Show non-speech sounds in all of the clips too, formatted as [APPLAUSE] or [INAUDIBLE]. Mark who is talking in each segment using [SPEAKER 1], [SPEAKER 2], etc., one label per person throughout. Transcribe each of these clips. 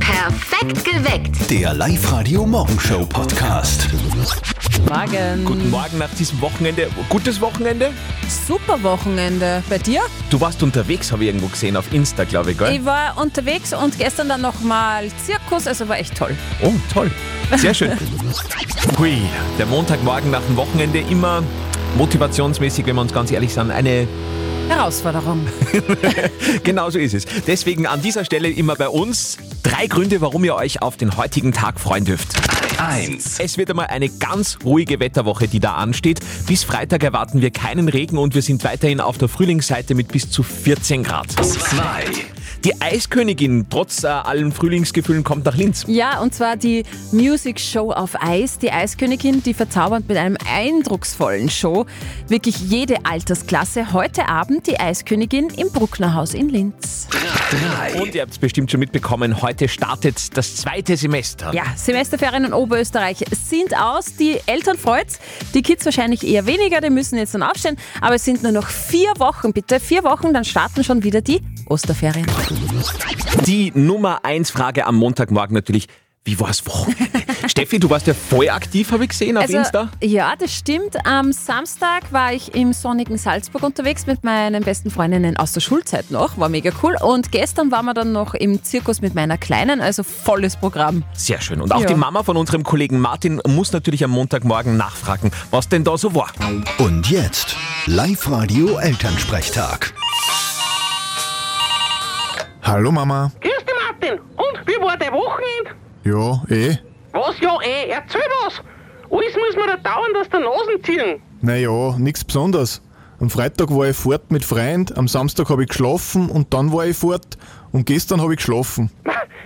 [SPEAKER 1] Perfekt geweckt.
[SPEAKER 2] Der Live-Radio Morgenshow Podcast.
[SPEAKER 3] Morgen.
[SPEAKER 4] Guten Morgen nach diesem Wochenende. Gutes Wochenende?
[SPEAKER 3] Super Wochenende. Bei dir?
[SPEAKER 4] Du warst unterwegs, habe ich irgendwo gesehen, auf Insta, glaube ich, gell?
[SPEAKER 3] Ich war unterwegs und gestern dann nochmal Zirkus, also war echt toll.
[SPEAKER 4] Oh, toll. Sehr schön. Hui, der Montagmorgen nach dem Wochenende immer motivationsmäßig, wenn wir uns ganz ehrlich sind, eine.
[SPEAKER 3] Herausforderung.
[SPEAKER 4] Genau so ist es. Deswegen an dieser Stelle immer bei uns drei Gründe, warum ihr euch auf den heutigen Tag freuen dürft.
[SPEAKER 2] Eins.
[SPEAKER 4] Es wird einmal eine ganz ruhige Wetterwoche, die da ansteht. Bis Freitag erwarten wir keinen Regen und wir sind weiterhin auf der Frühlingsseite mit bis zu 14 Grad.
[SPEAKER 2] Zwei.
[SPEAKER 4] Die Eiskönigin, trotz äh, allen Frühlingsgefühlen, kommt nach Linz.
[SPEAKER 3] Ja, und zwar die Music Show auf Eis. Die Eiskönigin, die verzaubernd mit einem eindrucksvollen Show wirklich jede Altersklasse. Heute Abend die Eiskönigin im Brucknerhaus in Linz.
[SPEAKER 2] Drei.
[SPEAKER 4] Und ihr habt es bestimmt schon mitbekommen, heute startet das zweite Semester.
[SPEAKER 3] Ja, Semesterferien in Oberösterreich sind aus. Die Eltern freut's, die Kids wahrscheinlich eher weniger, die müssen jetzt dann aufstehen. Aber es sind nur noch vier Wochen, bitte. Vier Wochen, dann starten schon wieder die Osterferien.
[SPEAKER 4] Die Nummer 1 Frage am Montagmorgen natürlich, wie war es
[SPEAKER 3] [LAUGHS]
[SPEAKER 4] Wochenende? Steffi, du warst ja voll aktiv, habe ich gesehen, auf Insta.
[SPEAKER 3] Also, Ja, das stimmt. Am Samstag war ich im sonnigen Salzburg unterwegs mit meinen besten Freundinnen aus der Schulzeit noch. War mega cool. Und gestern waren wir dann noch im Zirkus mit meiner Kleinen, also volles Programm.
[SPEAKER 4] Sehr schön. Und auch
[SPEAKER 3] Ja.
[SPEAKER 4] die Mama von unserem Kollegen Martin muss natürlich am Montagmorgen nachfragen, was denn da so war.
[SPEAKER 2] Und jetzt Live-Radio Elternsprechtag.
[SPEAKER 5] Hallo Mama.
[SPEAKER 6] Grüß dich, Martin. Und wie war dein Wochenende?
[SPEAKER 5] Ja, eh?
[SPEAKER 6] Was ja eh, erzähl was. Alles muss mir da dauern, dass der Nasen ziehen.
[SPEAKER 5] Naja, nix Besonderes. Am Freitag war ich fort mit Freund, am Samstag habe ich geschlafen und dann war ich fort und gestern habe ich geschlafen.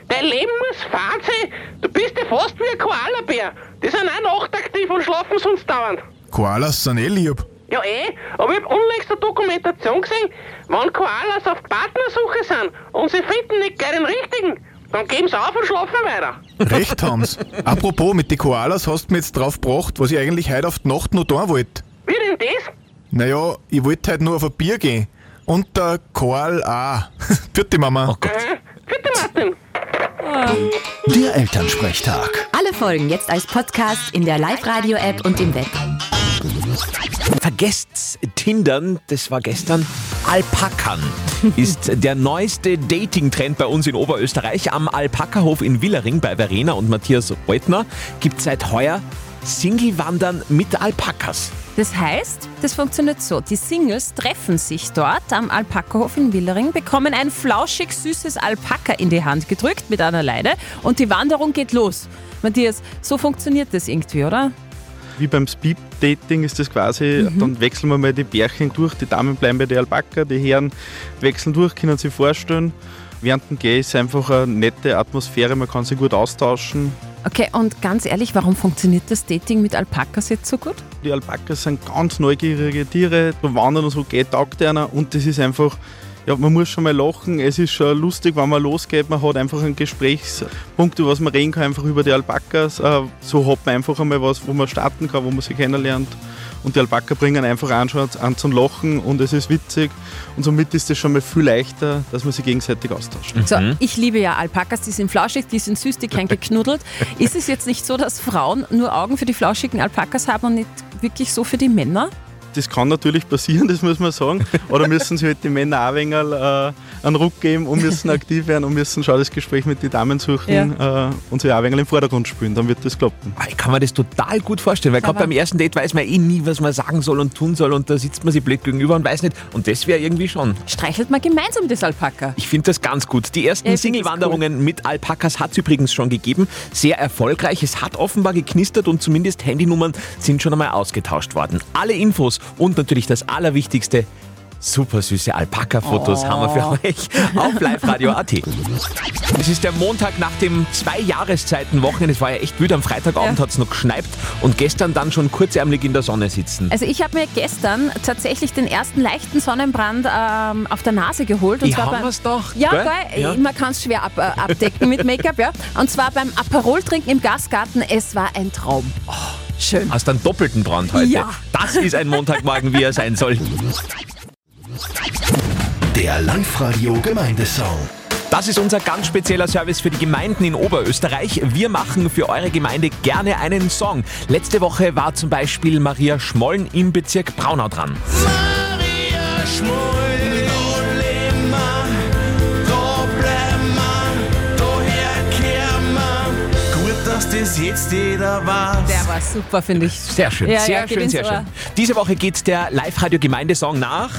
[SPEAKER 6] Dein Leben muss fahren sein. Du bist ja fast wie ein Koalabär. Die sind auch nachtaktiv und schlafen sonst dauernd.
[SPEAKER 5] Koalas sind eh lieb.
[SPEAKER 6] Ja eh, aber ich hab unlängst eine Dokumentation gesehen, wenn Koalas auf Partnersuche sind und sie finden nicht gleich den richtigen, dann geben sie auf und schlafen weiter.
[SPEAKER 5] Recht haben's. Apropos, mit den Koalas hast du mir jetzt drauf gebracht, was ich eigentlich heute auf die Nacht noch tun wollte.
[SPEAKER 6] Wie denn das?
[SPEAKER 5] Naja, ich wollte heute nur auf ein Bier gehen. Und der Koal auch. [LAUGHS] Vierte
[SPEAKER 4] Oh
[SPEAKER 5] Mama.
[SPEAKER 6] Äh, bitte Martin.
[SPEAKER 2] Der Elternsprechtag.
[SPEAKER 7] Alle Folgen jetzt als Podcast in der Live-Radio-App und im Web.
[SPEAKER 4] Vergesst Tindern, das war gestern. Alpakan ist der neueste Dating-Trend bei uns in Oberösterreich. Am Alpakahof in Willering bei Verena und Matthias Reutner gibt seit heuer Single-Wandern mit Alpakas.
[SPEAKER 3] Das heißt, das funktioniert so. Die Singles treffen sich dort am Alpakahof in Willering, bekommen ein flauschig süßes Alpaka in die Hand gedrückt mit einer Leine und die Wanderung geht los. Matthias, so funktioniert das irgendwie, oder?
[SPEAKER 8] Wie beim Speed-Dating ist das quasi, dann wechseln wir mal die Bärchen durch, die Damen bleiben bei der Alpaka, die Herren wechseln durch, können sich vorstellen. Während dem Gay ist einfach eine nette Atmosphäre, man kann sich gut austauschen.
[SPEAKER 3] Okay, und ganz ehrlich, warum funktioniert das Dating mit Alpakas jetzt so gut?
[SPEAKER 4] Mhm.
[SPEAKER 8] Die Alpakas sind ganz neugierige Tiere, da wandern und so, geht taugt einer und das ist einfach, ja, man muss schon mal lachen, es ist schon lustig, wenn man losgeht, man hat einfach einen Gesprächspunkt, über was man reden kann, einfach über die Alpakas. Äh, So hat man einfach einmal was, wo man starten kann, wo man sich kennenlernt. Und die Alpaka bringen einfach an, schon an zum Lachen und es ist witzig und somit ist es schon mal viel leichter, dass man sich gegenseitig austauscht.
[SPEAKER 3] So, ich liebe ja Alpakas, die sind flauschig, die sind süß, die klein geknuddelt. Ist es jetzt nicht so, dass Frauen nur Augen für die flauschigen Alpakas haben und nicht wirklich so für die Männer?
[SPEAKER 8] Das kann natürlich passieren, [LAUGHS] das muss man sagen. Oder müssen sich halt die Männer auch ein wenig äh, einen Ruck geben und müssen aktiv werden und müssen schon das Gespräch mit den Damen suchen äh, und sich auch ein wenig im Vordergrund spielen, dann wird das klappen.
[SPEAKER 4] Ah, Ich kann mir das total gut vorstellen, weil gerade
[SPEAKER 3] Aber-
[SPEAKER 4] beim ersten Date weiß man eh nie, was man sagen soll und tun soll und da sitzt man sich blöd gegenüber und weiß nicht. Und das wäre irgendwie schon.
[SPEAKER 3] Streichelt man gemeinsam das Alpaka?
[SPEAKER 4] Ich finde das ganz gut. Die ersten
[SPEAKER 3] Ja, ich find das
[SPEAKER 4] Single-Wanderungen mit Alpakas hat es übrigens schon gegeben. Sehr erfolgreich. Es hat offenbar geknistert und zumindest Handynummern sind schon einmal ausgetauscht worden. Alle Infos und natürlich das Allerwichtigste. Super süße Alpaka-Fotos haben wir
[SPEAKER 3] Oh.
[SPEAKER 4] für euch auf liveradio.at. Es ist der Montag nach dem zwei Jahreszeiten Wochenende. Es war ja echt müde. Am Freitagabend
[SPEAKER 3] Ja.
[SPEAKER 4] hat es noch geschneit und gestern dann schon kurzärmlich in der Sonne sitzen.
[SPEAKER 3] Also ich habe mir gestern tatsächlich den ersten leichten Sonnenbrand ähm, auf der Nase geholt.
[SPEAKER 4] Die haben
[SPEAKER 3] beim-
[SPEAKER 4] wir's doch,
[SPEAKER 3] Ja,
[SPEAKER 4] gell?
[SPEAKER 3] geil.
[SPEAKER 4] Ja.
[SPEAKER 3] Man kann es schwer ab, äh, abdecken mit Make-up, ja. Und zwar beim Aperol-Trinken im Gasgarten. Es war ein Traum. Oh, schön.
[SPEAKER 4] Hast dann doppelten Brand heute.
[SPEAKER 3] Ja.
[SPEAKER 4] Das ist ein Montagmorgen, wie er sein soll.
[SPEAKER 2] Der Live-Radio Gemeindesong.
[SPEAKER 4] Da Das ist unser ganz spezieller Service für die Gemeinden in Oberösterreich. Wir machen für eure Gemeinde gerne einen Song. Letzte Woche war zum Beispiel Maria Schmollen im Bezirk Braunau dran.
[SPEAKER 3] Der war super, finde ich.
[SPEAKER 4] Sehr schön,
[SPEAKER 3] Ja,
[SPEAKER 4] sehr
[SPEAKER 3] ja, geht
[SPEAKER 4] schön,
[SPEAKER 3] ins
[SPEAKER 4] sehr
[SPEAKER 3] Ohr.
[SPEAKER 4] schön. Diese Woche geht der Live-Radio-Gemeindesong nach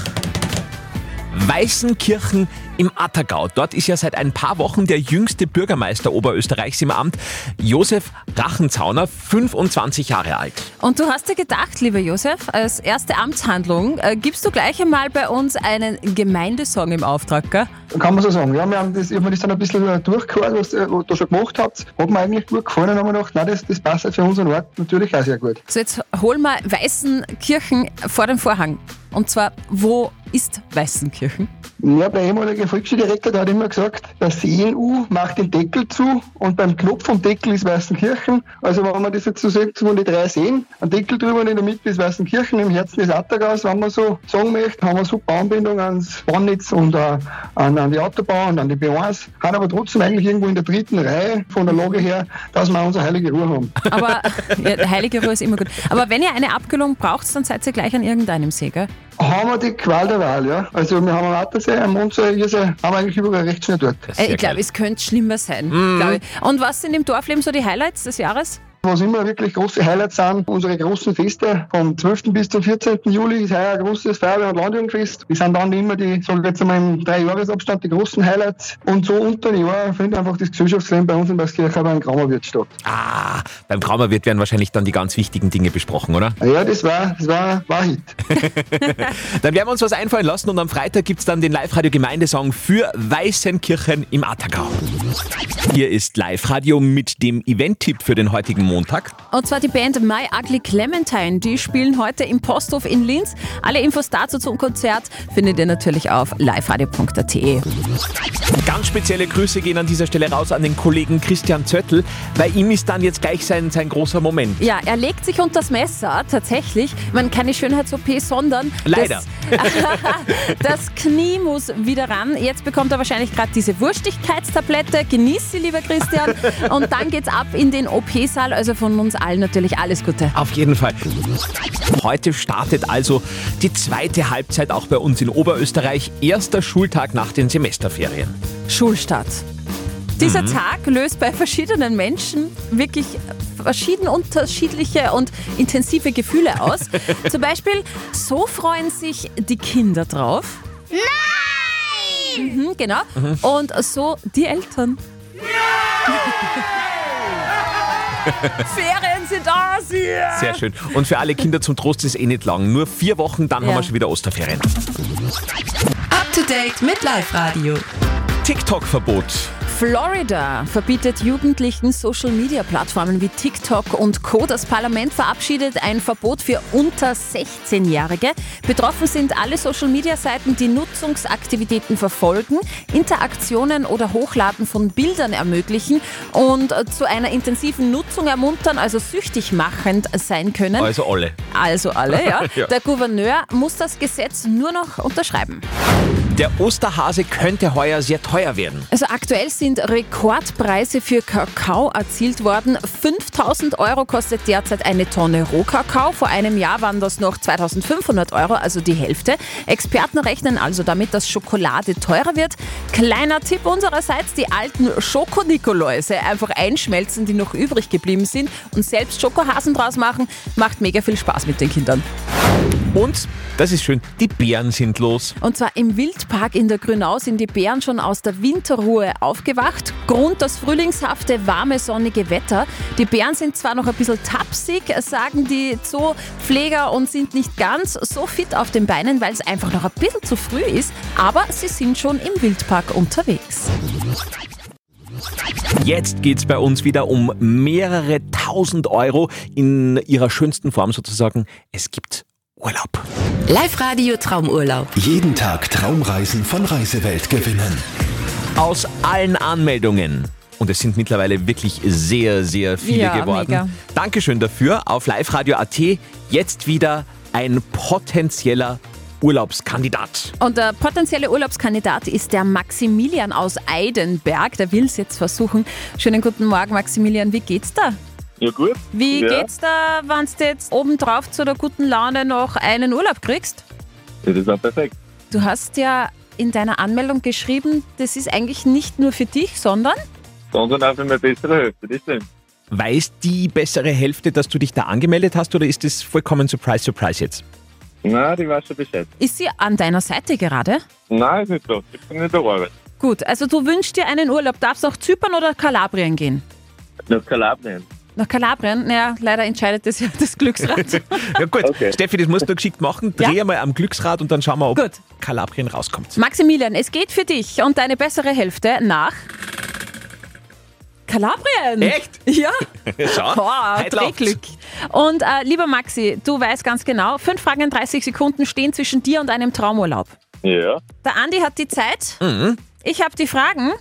[SPEAKER 4] Weißenkirchen im Attergau. Dort ist ja seit ein paar Wochen der jüngste Bürgermeister Oberösterreichs im Amt, Josef Rachenzauner, 25 Jahre alt.
[SPEAKER 3] Und du hast dir gedacht, lieber Josef, als erste Amtshandlung äh, gibst du gleich einmal bei uns einen Gemeindesong im Auftrag, gell?
[SPEAKER 1] Kann man so sagen. Ja, wir haben das, ich habe mir das dann ein bisschen äh, durchgehört, was ihr äh, da schon gemacht habt. Hat mir eigentlich gut gefallen und haben mir gedacht, nein, das, das passt halt für unseren Ort natürlich auch sehr gut.
[SPEAKER 3] So, jetzt hol mal Weißenkirchen vor den Vorhang. Und zwar, wo ist Weißenkirchen?
[SPEAKER 1] Ja, der ehemalige Volksschuldirektor der hat immer gesagt, das CNU macht den Deckel zu und beim Knopf vom Deckel ist Weißenkirchen. Also wenn man das jetzt so sieht, wo die drei sehen, ein Deckel drüber und in der Mitte ist Weißenkirchen, im Herzen des Attergaus, wenn man so sagen möchte, haben wir super Anbindung ans Bahnnetz und äh, an, an die Autobahn und an die B1, haben aber trotzdem eigentlich irgendwo in der dritten Reihe von der Lage her, dass wir unsere heilige Ruhe haben.
[SPEAKER 3] Aber ja, Heilige Ruhe ist immer gut. Aber wenn ihr eine Abkühlung braucht, dann seid ihr gleich an irgendeinem See, gell?
[SPEAKER 1] haben wir die Qual der Wahl, ja. Also wir haben am Attersee, am Mundsee, Irsee, haben wir eigentlich überall recht schnell dort.
[SPEAKER 3] Äh, ich glaube, es könnte schlimmer sein. glaub Ich. Und was sind im Dorfleben so die Highlights des Jahres?
[SPEAKER 1] Was immer wirklich große Highlights sind, unsere großen Feste vom 12. bis zum 14. Juli ist heuer ein großes Feuerwehr- und Landjugendfest. Die sind dann immer die, sag ich jetzt einmal im Dreijahresabstand, die großen Highlights. Und so unter dem Jahr findet einfach das Gesellschaftsleben bei uns in Baskirch aber ein Grammerwirt statt.
[SPEAKER 4] Ah, beim Traumerwirt werden wahrscheinlich dann die ganz wichtigen Dinge besprochen, oder?
[SPEAKER 1] Ja, das war, das war, war ein Hit.
[SPEAKER 4] Dann werden wir uns was einfallen lassen und am Freitag gibt's dann den Live-Radio-Gemeindesong für Weißenkirchen im Attergau. Hier ist Live-Radio mit dem Event-Tipp für den heutigen Montag.
[SPEAKER 3] Und zwar die Band My Ugly Clementine. Die spielen heute im Posthof in Linz. Alle Infos dazu zum Konzert findet ihr natürlich auf liveradio.at.
[SPEAKER 4] Ganz spezielle Grüße gehen an dieser Stelle raus an den Kollegen Christian Zöttl. Bei ihm ist dann jetzt gleich sein, sein großer Moment.
[SPEAKER 3] Ja, er legt sich unter das Messer, tatsächlich. Man kann die Schönheits-OP sondern.
[SPEAKER 4] Leider.
[SPEAKER 3] Das, [LAUGHS] das Knie muss wieder ran. Jetzt bekommt er wahrscheinlich gerade diese Wurstigkeitstablette. Genieß sie, lieber Christian. Und dann geht's ab in den OP-Saal. Also von uns allen natürlich alles Gute.
[SPEAKER 4] Auf jeden Fall. Heute startet also die zweite Halbzeit auch bei uns in Oberösterreich. Erster Schultag nach den Semesterferien.
[SPEAKER 3] Schulstart. Dieser Tag löst bei verschiedenen Menschen wirklich verschieden unterschiedliche und intensive Gefühle aus. Zum Beispiel, so freuen sich die Kinder drauf. Nein! Mhm, genau. Und so die Eltern. Nein! [LAUGHS] Ferien sind aus! Yeah!
[SPEAKER 4] Sehr schön. Und für alle Kinder zum Trost ist eh nicht lang. Nur vier Wochen, dann haben
[SPEAKER 3] Ja.
[SPEAKER 4] wir schon wieder Osterferien.
[SPEAKER 7] Up to date mit Live Radio.
[SPEAKER 4] TikTok-Verbot.
[SPEAKER 3] Florida verbietet Jugendlichen Social-Media-Plattformen wie TikTok und Co. Das Parlament verabschiedet ein Verbot für unter 16-Jährige. Betroffen sind alle Social-Media-Seiten, die Nutzungsaktivitäten verfolgen, Interaktionen oder Hochladen von Bildern ermöglichen und äh, zu einer intensiven Nutzung ermuntern, also süchtig machend sein können.
[SPEAKER 4] Also alle.
[SPEAKER 3] Also alle, ja.
[SPEAKER 4] [LAUGHS] Ja.
[SPEAKER 3] Der Gouverneur muss das Gesetz nur noch unterschreiben.
[SPEAKER 4] Der Osterhase könnte heuer sehr teuer werden.
[SPEAKER 3] Also aktuell sind Rekordpreise für Kakao erzielt worden. 5000 Euro kostet derzeit eine Tonne Rohkakao. Vor einem Jahr waren das noch 2500 Euro, also die Hälfte. Experten rechnen also damit, dass Schokolade teurer wird. Kleiner Tipp unsererseits, die alten Schokonikoläuse einfach einschmelzen, die noch übrig geblieben sind und selbst Schokohasen draus machen, macht mega viel Spaß mit den Kindern.
[SPEAKER 4] Und, das ist schön, die Bären sind los.
[SPEAKER 3] Und zwar im Wildpark in der Grünau sind die Bären schon aus der Winterruhe aufgewacht. Grund das frühlingshafte, warme, sonnige Wetter. Die Bären sind zwar noch ein bisschen tapsig, sagen die Zoopfleger und sind nicht ganz so fit auf den Beinen, weil es einfach noch ein bisschen zu früh ist, aber sie sind schon im Wildpark unterwegs.
[SPEAKER 4] Jetzt geht's bei uns wieder um mehrere tausend Euro in ihrer schönsten Form sozusagen. Es gibt Urlaub.
[SPEAKER 7] Live Radio Traumurlaub.
[SPEAKER 2] Jeden Tag Traumreisen von Reisewelt gewinnen.
[SPEAKER 4] Aus allen Anmeldungen. Und es sind mittlerweile wirklich sehr, sehr viele
[SPEAKER 3] Ja,
[SPEAKER 4] geworden.
[SPEAKER 3] mega.
[SPEAKER 4] Dankeschön dafür. Auf liveradio.at jetzt wieder ein potenzieller Urlaubskandidat.
[SPEAKER 3] Und der potenzielle Urlaubskandidat ist der Maximilian aus Eidenberg. Der will es jetzt versuchen. Schönen guten Morgen, Maximilian. Wie geht's da?
[SPEAKER 9] Ja, gut.
[SPEAKER 3] Wie
[SPEAKER 9] Ja.
[SPEAKER 3] geht's da, wenn du jetzt obendrauf zu der guten Laune noch einen Urlaub kriegst?
[SPEAKER 9] Das ist auch perfekt.
[SPEAKER 3] Du hast ja in deiner Anmeldung geschrieben, das ist eigentlich nicht nur für dich, sondern
[SPEAKER 9] Sondern auch für meine bessere Hälfte, das stimmt.
[SPEAKER 4] Weiß die bessere Hälfte, dass du dich da angemeldet hast oder ist das vollkommen Surprise, Surprise jetzt?
[SPEAKER 9] Nein, die weiß schon Bescheid.
[SPEAKER 3] ist sie an deiner Seite gerade?
[SPEAKER 9] Nein, ist nicht so. Ich bin nicht der Arbeit.
[SPEAKER 3] Gut, also du wünschst dir einen Urlaub. Darfst nach Zypern oder Kalabrien gehen?
[SPEAKER 9] Nach Kalabrien.
[SPEAKER 3] Nach Kalabrien? Naja, leider entscheidet das ja
[SPEAKER 9] [LAUGHS]
[SPEAKER 3] das Glücksrad.
[SPEAKER 4] Ja gut,
[SPEAKER 9] Okay.
[SPEAKER 4] Steffi, das musst du geschickt machen.
[SPEAKER 3] Ja.
[SPEAKER 4] Dreh einmal am Glücksrad und dann schauen wir, ob
[SPEAKER 3] Gut.
[SPEAKER 4] Kalabrien rauskommt.
[SPEAKER 3] Maximilian, es geht für dich und deine bessere Hälfte nach Kalabrien.
[SPEAKER 4] Echt?
[SPEAKER 3] Ja.
[SPEAKER 4] Ja, schau,
[SPEAKER 3] Boah,
[SPEAKER 4] heute läuft's.
[SPEAKER 3] Drehglück. Und äh, lieber Maxi, du weißt ganz genau, fünf Fragen in 30 Sekunden stehen zwischen dir und einem Traumurlaub.
[SPEAKER 9] Ja.
[SPEAKER 3] Der Andi hat die Zeit, ich habe die Fragen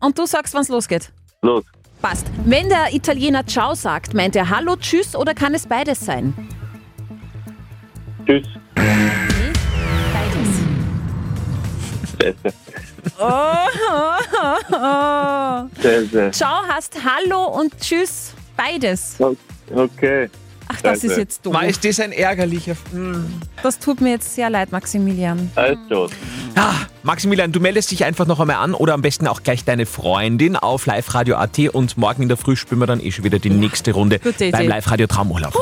[SPEAKER 3] und du sagst, wann's losgeht.
[SPEAKER 9] Los.
[SPEAKER 3] Passt. Wenn der Italiener Ciao sagt, meint er Hallo, Tschüss oder kann es beides sein?
[SPEAKER 9] Tschüss.
[SPEAKER 3] Beides.
[SPEAKER 9] Scheiße.
[SPEAKER 3] Oh.
[SPEAKER 9] Scheiße.
[SPEAKER 3] Ciao heißt Hallo und Tschüss. Beides.
[SPEAKER 9] O- Okay.
[SPEAKER 3] Ach, das
[SPEAKER 9] Scheiße.
[SPEAKER 3] ist jetzt doof.
[SPEAKER 4] Ma, ist das ein ärgerlicher... Hm.
[SPEAKER 3] Das tut mir jetzt sehr leid, Maximilian.
[SPEAKER 9] Alles tot.
[SPEAKER 4] Ah, Maximilian, du meldest dich einfach noch einmal an oder am besten auch gleich deine Freundin auf liveradio.at und morgen in der Früh spielen wir dann eh schon wieder die nächste Runde
[SPEAKER 3] Gute
[SPEAKER 4] beim
[SPEAKER 3] Idee.
[SPEAKER 4] Live-Radio Traumurlaub.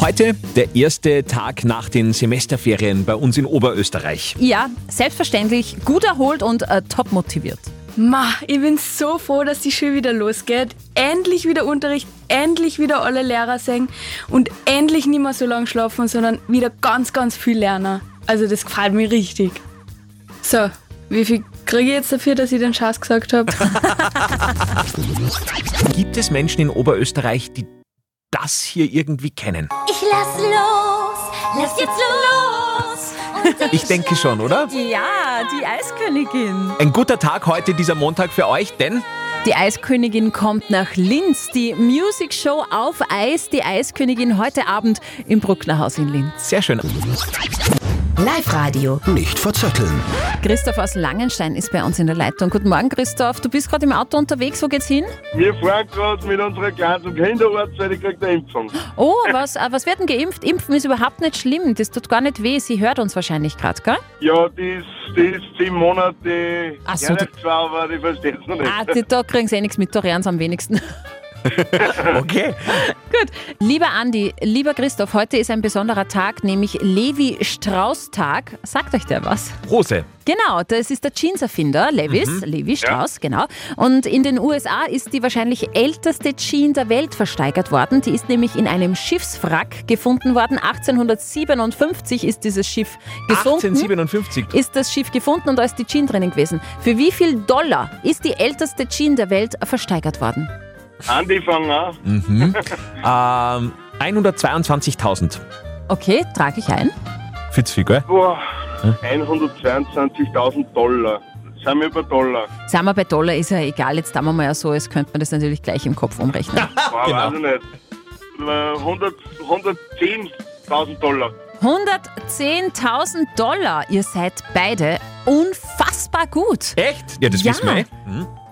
[SPEAKER 4] Heute der erste Tag nach den Semesterferien bei uns in Oberösterreich.
[SPEAKER 3] Ja, selbstverständlich gut erholt und äh, top motiviert.
[SPEAKER 10] Ma, ich bin so froh, dass die Schule wieder losgeht. Endlich wieder Unterricht, endlich wieder alle Lehrer sehen und endlich nicht mehr so lange schlafen, sondern wieder ganz, ganz viel lernen. Also das gefällt mir richtig. So, wie viel kriege ich jetzt dafür, dass ich den Scheiß gesagt habe?
[SPEAKER 4] Gibt es Menschen in Oberösterreich, die das hier irgendwie kennen?
[SPEAKER 11] Ich lass los, lass jetzt los. Und
[SPEAKER 4] Ich denke schon, oder?
[SPEAKER 3] Ja, die Eiskönigin.
[SPEAKER 4] Ein guter Tag heute, dieser Montag für euch, denn
[SPEAKER 3] Die Eiskönigin kommt nach Linz. Die Music Show auf Eis. Die Eiskönigin heute Abend im Brucknerhaus in Linz.
[SPEAKER 4] sehr schön.
[SPEAKER 7] Live-Radio.
[SPEAKER 2] Nicht verzetteln.
[SPEAKER 3] Christoph aus Langenstein ist bei uns in der Leitung. Guten Morgen, Christoph. Du bist gerade im Auto unterwegs. Wo geht's hin?
[SPEAKER 9] Wir fahren gerade mit unserer Kleinen zum Kinderarzt, weil ich krieg eine Impfung.
[SPEAKER 3] [LAUGHS] Oh, was, äh, was wird denn geimpft? Impfen ist überhaupt nicht schlimm. Das tut gar nicht weh. Sie hört uns wahrscheinlich gerade, gell?
[SPEAKER 9] Ja, die ist, die ist sieben Monate.
[SPEAKER 3] Ach so, die-
[SPEAKER 9] Ja, zwar, aber die versteht's noch nicht.
[SPEAKER 3] Ah, die, da kriegen sie eh nichts mit. Da rären's am wenigsten.
[SPEAKER 4] Okay.
[SPEAKER 3] Gut. Lieber Andi, lieber Christoph, heute ist ein besonderer Tag, nämlich Levi-Strauss-Tag. Sagt euch der was?
[SPEAKER 4] Rose,
[SPEAKER 3] Genau, das ist der Jeanserfinder, Levis, Levi Strauss, genau. Und in den USA ist die wahrscheinlich älteste Jeans der Welt versteigert worden. Die ist nämlich in einem Schiffswrack gefunden worden. 1857 ist dieses Schiff gesunken.
[SPEAKER 4] 1857.
[SPEAKER 3] ist das Schiff gefunden und da ist die Jeans drinnen gewesen. Für wie viel Dollar ist die älteste Jeans der Welt versteigert worden?
[SPEAKER 9] Andi, fang an.
[SPEAKER 4] Ähm, 122.000.
[SPEAKER 3] Okay, trage ich ein.
[SPEAKER 4] Fitz viel, gell?
[SPEAKER 9] Boah, 122.000 Dollar. Sind wir bei Dollar?
[SPEAKER 3] Sagen wir, bei Dollar ist ja egal. Jetzt haben wir mal ja so, als könnte man das natürlich gleich im Kopf
[SPEAKER 4] [LAUGHS]
[SPEAKER 3] umrechnen.
[SPEAKER 9] Boah, weiß ich nicht. Äh, 100 110.000 Dollar.
[SPEAKER 3] 110.000 Dollar. Ihr seid beide unfassbar gut.
[SPEAKER 4] Echt? Ja, das
[SPEAKER 3] Ja.
[SPEAKER 4] wissen wir. eh.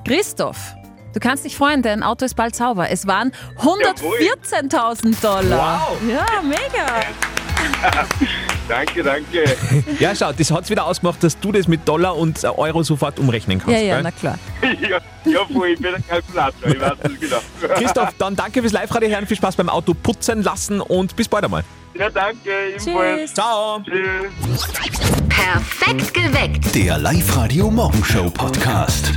[SPEAKER 3] Christoph, du kannst dich freuen, dein Auto ist bald sauber. Es waren 114.000 Dollar.
[SPEAKER 4] Wow.
[SPEAKER 3] Ja, mega.
[SPEAKER 9] Danke, danke. [LAUGHS]
[SPEAKER 4] Ja, schau, das hat's wieder ausgemacht, dass du das mit Dollar und äh, Euro sofort umrechnen
[SPEAKER 3] Ja,
[SPEAKER 4] kannst.
[SPEAKER 3] ja,
[SPEAKER 4] gell?
[SPEAKER 3] na klar.
[SPEAKER 9] ja, ja, voll, ich bin ein Kalkulator, ich weiß das genau.
[SPEAKER 4] Christoph, dann danke fürs Live-Radio hören, viel Spaß beim Auto putzen lassen und bis bald einmal.
[SPEAKER 9] Ja, danke,
[SPEAKER 3] Tschüss.
[SPEAKER 9] ebenfalls.
[SPEAKER 4] Ciao.
[SPEAKER 9] Tschüss.
[SPEAKER 7] Perfekt geweckt.
[SPEAKER 2] Der Live-Radio Morgenshow Podcast.